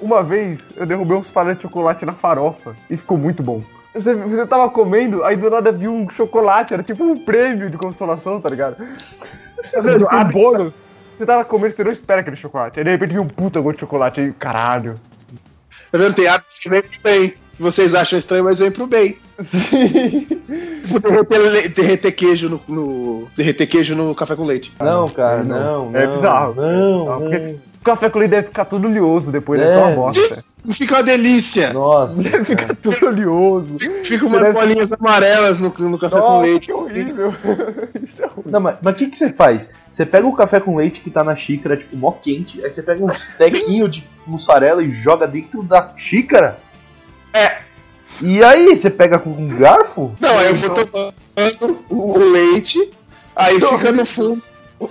[SPEAKER 1] Uma vez eu derrubei uns palés de chocolate na farofa e ficou muito bom. Você, você tava comendo, aí do nada viu um chocolate, era tipo um prêmio de consolação, tá ligado? Era tipo um bônus. Você tava comendo, você não espera aquele chocolate. Aí de repente viu um puta gosto de chocolate aí, caralho.
[SPEAKER 2] Tá vendo? Tem hábitos que vem pro bem. que Vocês acham estranho, mas vem pro bem. Tipo, derreter, le- derreter queijo no, no- Derreter queijo no café com leite.
[SPEAKER 3] Não, cara, não.
[SPEAKER 1] É
[SPEAKER 3] não,
[SPEAKER 1] bizarro. É
[SPEAKER 3] Não,
[SPEAKER 1] Porque
[SPEAKER 3] não.
[SPEAKER 1] O café com leite deve ficar todo oleoso depois,
[SPEAKER 3] É.
[SPEAKER 1] deve ficar uma bosta.
[SPEAKER 2] Isso fica uma delícia.
[SPEAKER 3] Nossa.
[SPEAKER 1] Fica todo oleoso.
[SPEAKER 2] Fica umas
[SPEAKER 1] Deve-
[SPEAKER 2] bolinhas amarelas no, no café com
[SPEAKER 1] Nossa,
[SPEAKER 2] leite.
[SPEAKER 1] que horrível. Isso é horrível.
[SPEAKER 3] Não, mas mas o que, que você faz? Você pega o café com leite que tá na xícara, tipo, mó quente, aí você pega um tequinho de mussarela e joga dentro da xícara?
[SPEAKER 2] É.
[SPEAKER 3] E aí, você pega com um garfo?
[SPEAKER 2] Não, aí eu vou tomando o o leite, aí fica no fundo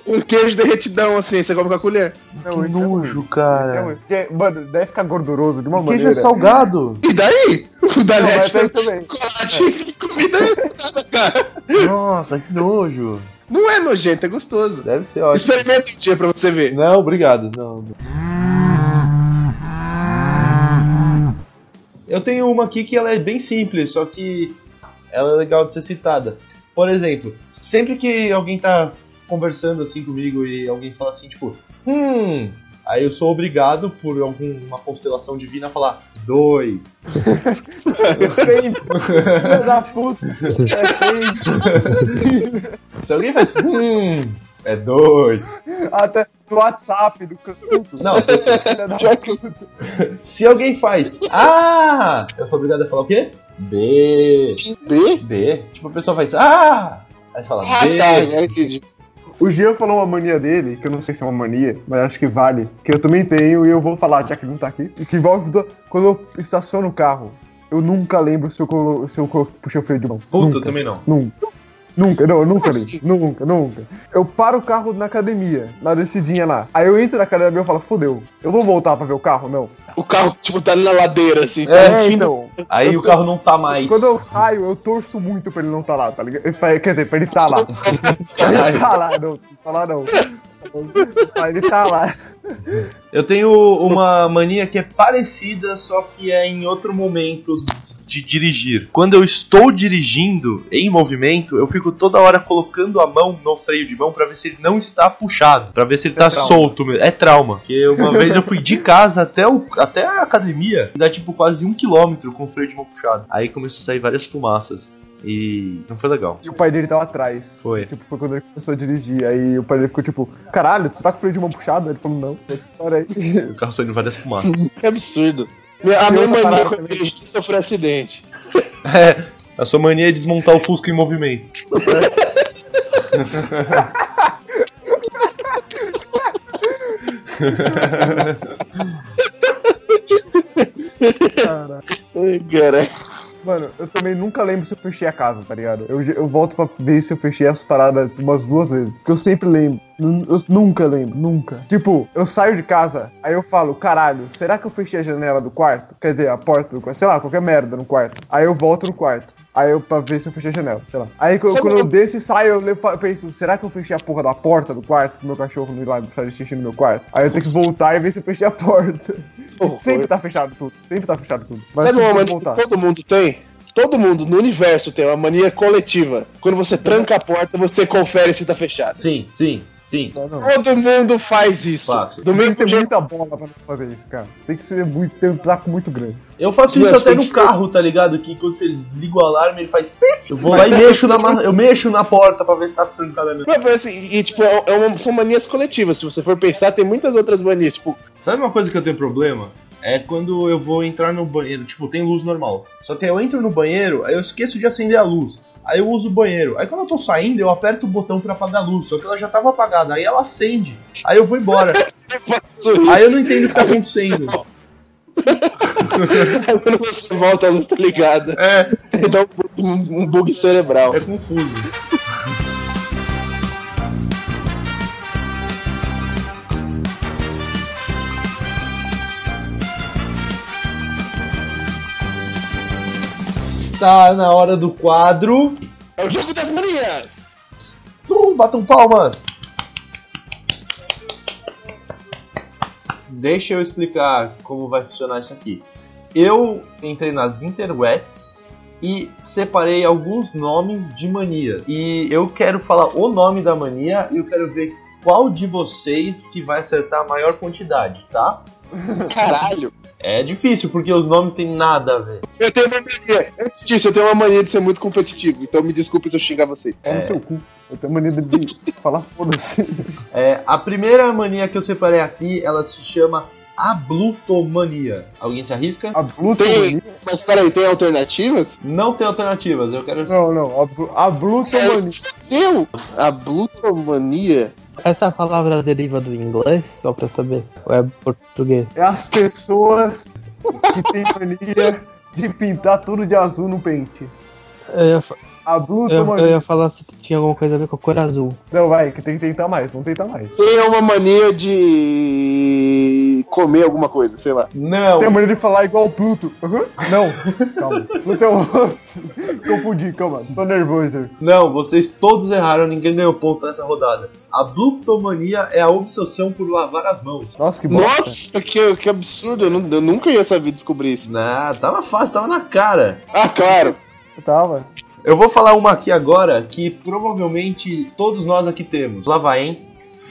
[SPEAKER 2] um queijo derretidão assim, você come com a colher.
[SPEAKER 1] Não,
[SPEAKER 3] que
[SPEAKER 1] isso é Isso
[SPEAKER 3] nojo,
[SPEAKER 1] é
[SPEAKER 3] cara.
[SPEAKER 1] ruim. Porque, mano, deve ficar gorduroso de uma
[SPEAKER 3] O né? queijo
[SPEAKER 1] maneira.
[SPEAKER 3] é salgado.
[SPEAKER 2] E daí? O
[SPEAKER 1] Não, mas é
[SPEAKER 2] Danete
[SPEAKER 1] aí
[SPEAKER 2] tem
[SPEAKER 1] também.
[SPEAKER 2] chocolate e comida é cara.
[SPEAKER 3] Nossa, que nojo.
[SPEAKER 2] Não é nojento, é gostoso.
[SPEAKER 3] Deve ser ótimo.
[SPEAKER 2] Experimenta um dia pra você ver.
[SPEAKER 3] Não, obrigado. Não. Eu tenho uma aqui que ela é bem simples, só que ela é legal de ser citada. Por exemplo, sempre que alguém tá conversando assim comigo e alguém fala assim, tipo, hum, aí eu sou obrigado por alguma constelação divina a falar dois.
[SPEAKER 1] Eu sempre. Filha da puta. É sempre.
[SPEAKER 3] Se alguém faz hum, é dois.
[SPEAKER 1] Até do WhatsApp, do canto.
[SPEAKER 3] Não,
[SPEAKER 1] Filha da puta.
[SPEAKER 3] se alguém faz ah, eu sou obrigado a falar o quê? B. B. Tipo, a pessoa faz ah! Aí você fala
[SPEAKER 2] Ah,
[SPEAKER 3] B.
[SPEAKER 2] tá, eu entendi.
[SPEAKER 1] O Jean falou uma mania dele, que eu não sei se é uma mania, mas acho que vale. Que eu também tenho e eu vou falar, já que ele não tá aqui. E que envolve do- quando eu estaciono o carro. Eu nunca lembro se eu, colo, se eu colo, puxei o freio de mão.
[SPEAKER 3] Puta, eu
[SPEAKER 1] nunca,
[SPEAKER 3] também assim? não.
[SPEAKER 1] nunca. Nunca, não, eu nunca
[SPEAKER 2] Como
[SPEAKER 1] lembro. Nunca, nunca. Eu paro o carro na academia, na descidinha lá. Aí eu entro na academia e falo, fodeu. Eu vou voltar pra ver o carro? Não.
[SPEAKER 2] O carro, tipo, tá ali na ladeira, assim.
[SPEAKER 3] É,
[SPEAKER 2] tá indo-
[SPEAKER 1] então.
[SPEAKER 3] Aí
[SPEAKER 1] Eu
[SPEAKER 3] o
[SPEAKER 1] tô-
[SPEAKER 3] carro não tá mais.
[SPEAKER 1] Quando eu saio, eu torço muito pra ele não tá lá, tá ligado? Pra- Quer dizer, pra ele tá lá. Pra ele
[SPEAKER 3] Caralho.
[SPEAKER 1] tá lá, não. Tá lá, não. Pra ele tá lá.
[SPEAKER 3] Eu tenho uma mania que é parecida, só que é em outro momento de dirigir. Quando eu estou dirigindo em movimento, eu fico toda hora colocando a mão no freio de mão pra ver se ele não está puxado, Pra ver se ele
[SPEAKER 1] Isso é
[SPEAKER 3] tá
[SPEAKER 1] trauma.
[SPEAKER 3] solto mesmo. É trauma. Porque uma vez eu fui de casa até, o, até a academia, dá tipo quase um quilômetro com o freio de mão puxado. Aí começou a sair várias fumaças e não foi legal.
[SPEAKER 1] E o pai dele tava atrás.
[SPEAKER 3] Foi.
[SPEAKER 1] Tipo, foi quando ele começou a dirigir. Aí o pai dele ficou tipo, caralho, você tá com o freio de mão puxado? Ele falou, não, essa história aí.
[SPEAKER 3] O carro saindo várias fumaças.
[SPEAKER 2] Que absurdo. A
[SPEAKER 1] outra
[SPEAKER 2] minha mania
[SPEAKER 1] parada
[SPEAKER 2] quando eu
[SPEAKER 1] também.
[SPEAKER 2] dirigi sofreu acidente.
[SPEAKER 3] É, a sua mania é desmontar o Fusca em movimento.
[SPEAKER 1] Cara.
[SPEAKER 2] Ai, cara.
[SPEAKER 1] Mano, eu também nunca lembro se eu fechei a casa, tá ligado? Eu, eu volto pra ver se eu fechei as paradas umas duas vezes. Porque eu sempre lembro. Nun- Eu nunca lembro, nunca. Tipo, eu saio de casa, aí eu falo, caralho, será que eu fechei a janela do quarto? Quer dizer, a porta do quarto, sei lá, qualquer merda no quarto. Aí eu volto no quarto. Aí eu pra ver se eu fechei a janela, sei lá. Aí quando,
[SPEAKER 2] Sabe
[SPEAKER 1] quando eu
[SPEAKER 2] que-
[SPEAKER 1] desço e saio, eu levo- eu penso, será que eu fechei a porra da porta do quarto pro meu cachorro não ir lá fazer xixi no meu quarto? Aí eu tenho que voltar e ver se eu fechei a porta.
[SPEAKER 2] horror.
[SPEAKER 1] Sempre tá fechado tudo. Sempre tá fechado tudo. Mas
[SPEAKER 2] Sabe
[SPEAKER 1] sempre
[SPEAKER 2] uma
[SPEAKER 1] tem que
[SPEAKER 2] mania que todo mundo tem? Todo mundo no universo tem uma mania coletiva. Quando você tranca a porta, você confere se tá fechado.
[SPEAKER 3] Sim, sim, sim.
[SPEAKER 1] Não, não.
[SPEAKER 2] Todo mundo faz isso.
[SPEAKER 3] Fácil.
[SPEAKER 1] Você tem
[SPEAKER 2] Do
[SPEAKER 1] que
[SPEAKER 2] mesmo
[SPEAKER 1] ter
[SPEAKER 2] jeito.
[SPEAKER 1] muita bola pra não fazer isso, cara. Você tem que ser muito, ter um taco muito grande.
[SPEAKER 3] Eu faço isso
[SPEAKER 2] Mas
[SPEAKER 3] até
[SPEAKER 2] tem
[SPEAKER 3] no
[SPEAKER 2] que ser-
[SPEAKER 3] carro, tá ligado? Que quando você liga o alarme, ele faz. pip. Eu vou lá e mexo na, ma- eu mexo na porta pra ver se tá trancada mesmo.
[SPEAKER 2] Mas, mas, assim, E, tipo, é uma- são manias coletivas. Se você for pensar, tem muitas outras manias. Tipo,
[SPEAKER 3] Sabe uma coisa que eu tenho problema? É quando eu vou entrar no banheiro, tipo, tem luz normal. Só que aí eu entro no banheiro, aí eu esqueço de acender a luz. Aí eu uso o banheiro. Aí quando eu tô saindo, eu aperto o botão pra apagar a luz. Só que ela já tava apagada. Aí ela acende. Aí eu vou embora.
[SPEAKER 2] eu faço isso.
[SPEAKER 3] Aí eu não entendo o que tá acontecendo.
[SPEAKER 2] Aí quando você volta, a luz tá ligada.
[SPEAKER 3] É,
[SPEAKER 2] Você dá um bug- um, um bug cerebral.
[SPEAKER 3] é confuso. Tá na hora do quadro.
[SPEAKER 2] É o jogo das manias!
[SPEAKER 3] Tu, batam palmas! Deixa eu explicar como vai funcionar isso aqui. Eu entrei nas interwebs e separei alguns nomes de manias. E eu quero falar o nome da mania e eu quero ver qual de vocês que vai acertar a maior quantidade, tá?
[SPEAKER 2] Caralho!
[SPEAKER 3] É difícil, porque os nomes têm nada a ver.
[SPEAKER 2] Eu tenho uma mania. Antes disso, eu tenho uma mania de ser muito competitivo. Então me desculpe se eu xingar vocês.
[SPEAKER 1] É no seu cu. Eu tenho mania de falar foda-se.
[SPEAKER 3] É, a primeira mania que eu separei aqui, ela se chama ablutomania. Alguém se arrisca?
[SPEAKER 1] Ablutomania.
[SPEAKER 2] Tem, mas peraí, tem alternativas?
[SPEAKER 3] Não tem alternativas, eu quero.
[SPEAKER 1] Não, não. ablu- Ablutomania.
[SPEAKER 2] Eu? A blutomania?
[SPEAKER 5] Essa palavra deriva do inglês, só pra saber. Ou é português?
[SPEAKER 1] É as pessoas que têm mania de pintar tudo de azul no pente.
[SPEAKER 5] Eu ia, fa- eu, eu
[SPEAKER 1] Ablutomania.
[SPEAKER 5] ia falar se tinha alguma coisa a ver com a cor azul.
[SPEAKER 1] Não, vai, que tem que tentar mais. Vamos tentar mais.
[SPEAKER 2] Tem uma mania de comer alguma coisa, sei lá.
[SPEAKER 3] Não,
[SPEAKER 1] Tem a mania de falar igual o Pluto. Uhum. Não, calma. Pluto é outro. Confundi, calma. Tô nervoso.
[SPEAKER 3] não, vocês todos erraram, ninguém ganhou ponto nessa rodada. A blutomania é a obsessão por lavar as mãos.
[SPEAKER 1] Nossa, que bosta.
[SPEAKER 2] Nossa, que, que absurdo. Eu, nu- eu nunca ia saber descobrir isso.
[SPEAKER 3] Ah, tava fácil, tava na cara.
[SPEAKER 2] Ah, claro.
[SPEAKER 1] Eu Tava.
[SPEAKER 3] Eu vou falar uma aqui agora que provavelmente todos nós aqui temos. Lá vai, hein?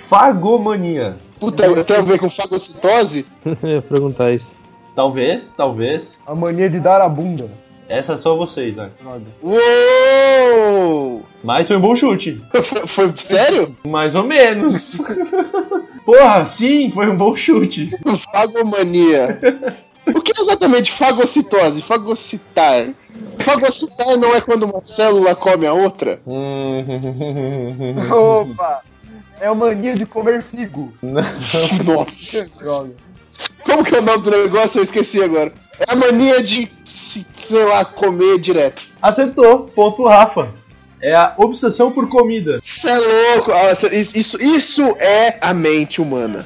[SPEAKER 3] Fagomania.
[SPEAKER 2] Puta, eu tenho a ver com fagocitose?
[SPEAKER 5] eu ia perguntar isso.
[SPEAKER 3] Talvez, talvez.
[SPEAKER 1] A mania de dar a bunda.
[SPEAKER 3] Essa é só vocês, né?
[SPEAKER 1] Droga.
[SPEAKER 2] Uou!
[SPEAKER 3] Mas foi um bom chute.
[SPEAKER 2] Foi, foi- sério?
[SPEAKER 3] Mais ou menos. Porra, sim, foi um bom chute.
[SPEAKER 2] Fagomania. O que é exatamente fagocitose? Fagocitar. Fagocitar não é quando uma célula come a outra?
[SPEAKER 1] Opa! É a mania de comer figo.
[SPEAKER 2] Nossa.
[SPEAKER 1] Droga.
[SPEAKER 2] Como que é o nome do negócio? Eu esqueci agora. É a mania de, se- sei lá, comer direto.
[SPEAKER 3] Acertou, ponto pro Rafa. É a obsessão por comida.
[SPEAKER 2] Isso é louco. Ah, cê- Isso, isso- isso é a mente humana.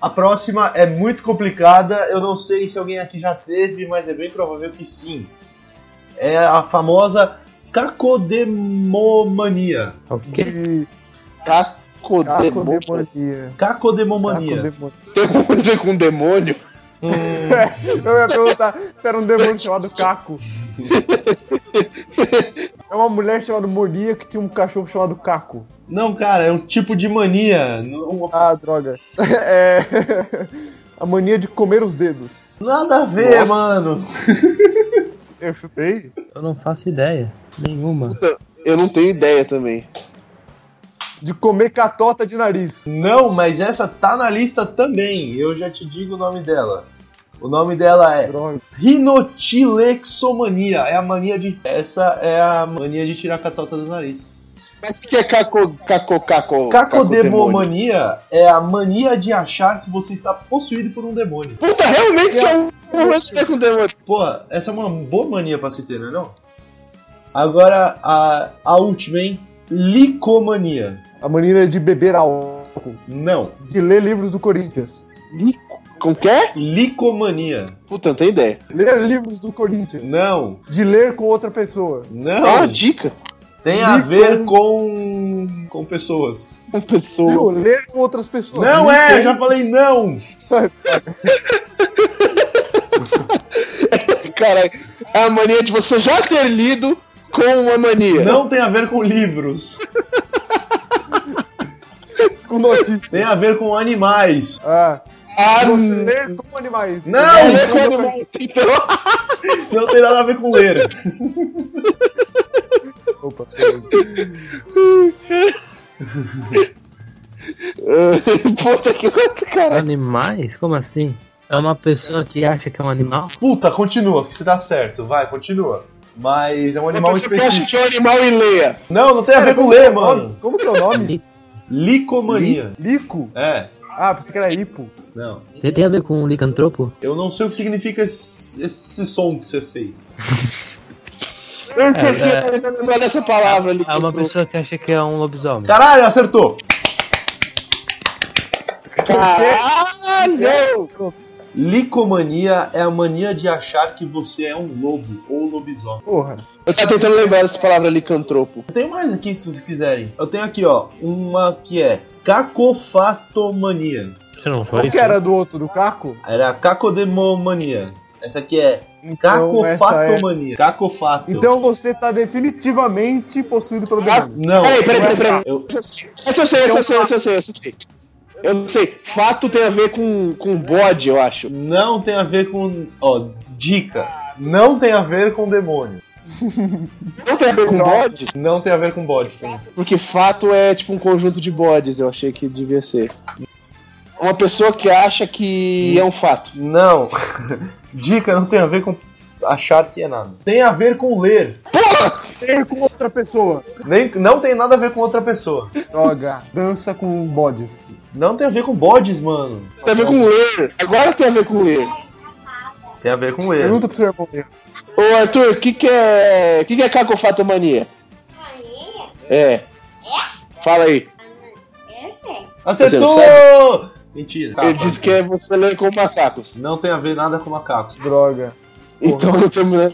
[SPEAKER 3] A próxima é muito complicada, eu não sei se alguém aqui já teve, mas é bem provável que sim. É a famosa cacodemomania.
[SPEAKER 5] Ok.
[SPEAKER 1] De Ah,
[SPEAKER 2] tá? Cacodemônio.
[SPEAKER 1] cacodemania.
[SPEAKER 3] Cacodemomania.
[SPEAKER 1] Cacodemônio.
[SPEAKER 2] Tem alguma coisa a ver com demônio?
[SPEAKER 3] Hum,
[SPEAKER 1] Eu ia perguntar se era um demônio chamado Caco. É uma mulher chamada Monia que tinha um cachorro chamado Caco.
[SPEAKER 3] não, cara, é um tipo de mania. Não-
[SPEAKER 1] Ah, droga. É. A mania de comer os dedos.
[SPEAKER 3] nada a ver,
[SPEAKER 2] Nossa.
[SPEAKER 3] mano.
[SPEAKER 1] Eu chutei?
[SPEAKER 5] Eu não faço ideia. Nenhuma.
[SPEAKER 2] Eu não tenho ideia também.
[SPEAKER 1] De comer catota de nariz.
[SPEAKER 3] Não, mas essa tá na lista também. Eu já te digo o nome dela. O nome dela é
[SPEAKER 1] Droga.
[SPEAKER 3] Rinotilexomania. É a mania de. Essa é a mania de tirar catota do nariz.
[SPEAKER 2] Mas o que é caco, caco, caco? cacodemônio?
[SPEAKER 3] Cacodemomania é a mania de achar que você está possuído por um demônio.
[SPEAKER 2] Puta, realmente isso é um romance com demônio.
[SPEAKER 3] Porra, essa é uma boa mania pra se ter, não é não? Agora a, a última, hein? Licomania.
[SPEAKER 1] A mania de beber álcool.
[SPEAKER 3] Não.
[SPEAKER 1] De ler livros do Corinthians.
[SPEAKER 2] Com quê?
[SPEAKER 3] Licomania.
[SPEAKER 2] Puta, não tenho ideia.
[SPEAKER 1] Ler livros do Corinthians.
[SPEAKER 3] Não.
[SPEAKER 1] De ler com outra pessoa.
[SPEAKER 3] Não.
[SPEAKER 2] Dá É uma dica.
[SPEAKER 3] Tem a
[SPEAKER 1] Lico-
[SPEAKER 3] ver com. com pessoas.
[SPEAKER 2] Uma
[SPEAKER 1] Viu?
[SPEAKER 2] pessoa.
[SPEAKER 3] é,
[SPEAKER 1] Ler com outras pessoas.
[SPEAKER 3] Não é, eu já falei não!
[SPEAKER 2] caralho. É a mania de você já ter lido com uma mania.
[SPEAKER 3] Não tem a ver com livros.
[SPEAKER 1] Com notícias.
[SPEAKER 3] Tem a ver com animais.
[SPEAKER 1] Ah,
[SPEAKER 2] Ah,
[SPEAKER 1] você
[SPEAKER 2] não.
[SPEAKER 1] lê como animais.
[SPEAKER 3] Não!
[SPEAKER 2] Ah,
[SPEAKER 1] Você
[SPEAKER 2] lê
[SPEAKER 1] lê como
[SPEAKER 2] quando
[SPEAKER 1] animais.
[SPEAKER 2] volta, então.
[SPEAKER 3] Não tem nada a ver com ler.
[SPEAKER 1] Opa, beleza.
[SPEAKER 2] Puta que pariu, caralho.
[SPEAKER 5] Animais? Como assim? É uma pessoa que acha que é um animal?
[SPEAKER 3] Puta, continua, que se dá certo. Vai, continua. Mas é um
[SPEAKER 2] Uma
[SPEAKER 3] animal
[SPEAKER 2] pessoa que acha
[SPEAKER 3] específico.
[SPEAKER 2] que é um animal e leia.
[SPEAKER 3] Não, não tem a ver com ler, mano.
[SPEAKER 1] Como que é o nome?
[SPEAKER 3] Licomania.
[SPEAKER 1] Lico?
[SPEAKER 3] É,
[SPEAKER 1] Ah, pensei que era hipo.
[SPEAKER 3] não.
[SPEAKER 5] Você tem a ver com um licantropo?
[SPEAKER 3] Eu não sei o que significa esse, esse som que você fez.
[SPEAKER 2] Eu não consigo
[SPEAKER 5] é-
[SPEAKER 2] lembrar dessa palavra ali.
[SPEAKER 5] É uma pessoa que acha que é um lobisomem.
[SPEAKER 3] Caralho, acertou!
[SPEAKER 2] Ah, Caralho!
[SPEAKER 3] Licomania é a mania de achar que você é um lobo ou lobisomem.
[SPEAKER 1] Porra.
[SPEAKER 2] Eu tô tentando lembrar dessa palavra licantropo.
[SPEAKER 3] Eu tenho mais aqui se vocês quiserem. Eu tenho aqui, ó, uma que é cacofatomania.
[SPEAKER 5] Você não foi
[SPEAKER 1] Qual que era do outro, do Caco?
[SPEAKER 3] Era cacodemomania. Essa aqui é
[SPEAKER 1] Então, essa é...
[SPEAKER 3] cacofatomania. Cacofato.
[SPEAKER 1] então você tá definitivamente possuído pelo demônio.
[SPEAKER 3] Não.
[SPEAKER 2] Peraí, peraí, peraí, peraí.
[SPEAKER 3] Eu...
[SPEAKER 2] Essa eu sei, essa eu sei, essa eu sei, essa eu sei. Eu não sei. Fato tem a ver com, com bode, eu acho.
[SPEAKER 3] Não tem a ver com. Ó, dica. Não tem a ver com demônio.
[SPEAKER 2] Não tem a ver com bode?
[SPEAKER 3] Não tem a ver com bode também.
[SPEAKER 2] Porque fato é tipo um conjunto de bodes, eu achei que devia ser. Uma pessoa que acha que é um fato.
[SPEAKER 3] Não. dica não tem a ver com achar que é nada. Tem a ver com ler.
[SPEAKER 1] Ter com outra pessoa.
[SPEAKER 3] Nem, não tem nada a ver com outra pessoa.
[SPEAKER 1] Droga. Dança com bodes.
[SPEAKER 3] Não tem a ver com bodes, mano.
[SPEAKER 2] Tem a ver com ler. Agora tem a ver com ler.
[SPEAKER 3] Tem a ver com ler.
[SPEAKER 1] Pergunta pro seu irmão dele.
[SPEAKER 2] Ô Arthur, o que, que é. O que, que é cacofatomania? É. Fala aí.
[SPEAKER 4] Eu sei.
[SPEAKER 3] Acertou!
[SPEAKER 2] Você
[SPEAKER 3] Mentira. Tá,
[SPEAKER 2] Ele disse que é você ler com macacos.
[SPEAKER 3] Não tem a ver nada com macacos.
[SPEAKER 1] Droga.
[SPEAKER 2] Então eu tô me-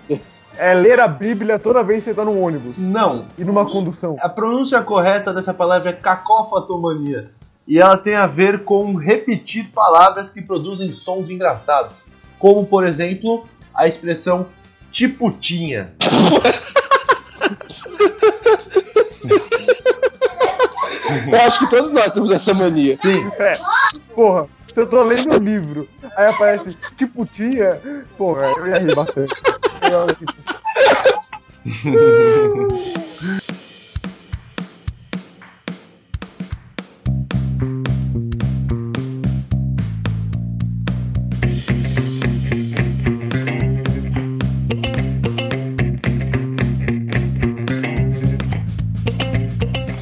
[SPEAKER 1] É ler a Bíblia toda vez que você tá num ônibus.
[SPEAKER 3] Não.
[SPEAKER 1] E numa condução.
[SPEAKER 3] A pronúncia correta dessa palavra é cacofatomania. E ela tem a ver com repetir palavras que produzem sons engraçados. Como, por exemplo, a expressão tiputinha.
[SPEAKER 2] Eu acho que todos nós temos essa mania.
[SPEAKER 3] Sim,
[SPEAKER 1] Porra, se eu tô lendo um livro, aí aparece tipo tia, porra, eu ia rir bastante. Eu ia rir.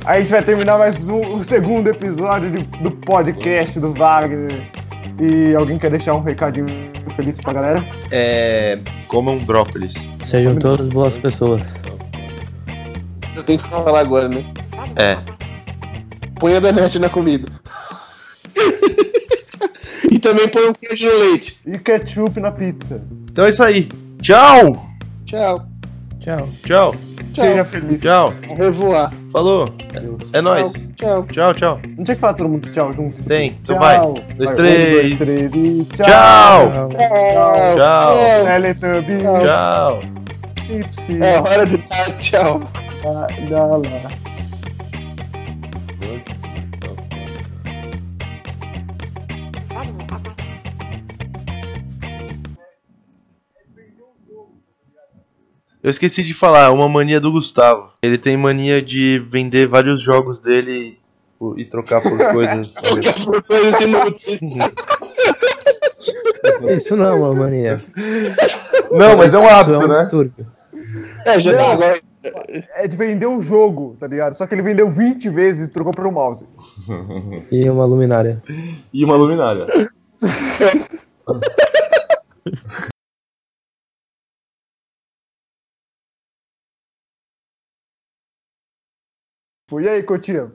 [SPEAKER 1] A gente vai terminar mais um, o segundo episódio de- do podcast do Wagner. E alguém quer deixar um recadinho feliz pra galera?
[SPEAKER 3] é. Comam brócolis.
[SPEAKER 5] Sejam todas boas pessoas.
[SPEAKER 2] Eu tenho que falar agora, né?
[SPEAKER 3] É.
[SPEAKER 2] Põe a Danete na comida. e também põe um queijo no leite.
[SPEAKER 1] E ketchup na pizza.
[SPEAKER 3] Então é isso aí. Tchau!
[SPEAKER 2] Tchau.
[SPEAKER 5] Tchau.
[SPEAKER 3] Tchau,
[SPEAKER 1] Seja feliz.
[SPEAKER 3] tchau.
[SPEAKER 2] Revoar.
[SPEAKER 3] Falou. É nóis.
[SPEAKER 2] Tchau.
[SPEAKER 3] Tchau, tchau.
[SPEAKER 1] Não tinha que falar todo mundo tchau junto?
[SPEAKER 3] Tem. Então
[SPEAKER 1] Tchau.
[SPEAKER 3] vai.
[SPEAKER 1] Vai,
[SPEAKER 3] Dois,
[SPEAKER 1] um,
[SPEAKER 3] três.
[SPEAKER 1] dois, três e tchau.
[SPEAKER 3] Tchau!
[SPEAKER 2] Tchau.
[SPEAKER 1] É.
[SPEAKER 3] Tchau.
[SPEAKER 1] Teletubbies.
[SPEAKER 3] Tchau!
[SPEAKER 1] Tipsy.
[SPEAKER 2] É hora de dar tchau.
[SPEAKER 1] Ah, dá lá.
[SPEAKER 3] Eu esqueci de falar, é uma mania do Gustavo. Ele tem mania de vender vários jogos dele e trocar por coisas.
[SPEAKER 2] Qualquer coisa inútil.
[SPEAKER 5] Isso não é uma mania.
[SPEAKER 3] Não, mas é um
[SPEAKER 5] Isso
[SPEAKER 3] hábito,
[SPEAKER 5] é um
[SPEAKER 3] né?
[SPEAKER 5] distúrbio.
[SPEAKER 2] É, já tá
[SPEAKER 1] Não.
[SPEAKER 2] agora.
[SPEAKER 1] É de vender um jogo, tá ligado? Só que ele vendeu 20 vezes e trocou por um mouse.
[SPEAKER 5] E uma luminária.
[SPEAKER 3] E uma luminária.
[SPEAKER 1] Pô, E aí, Cotia?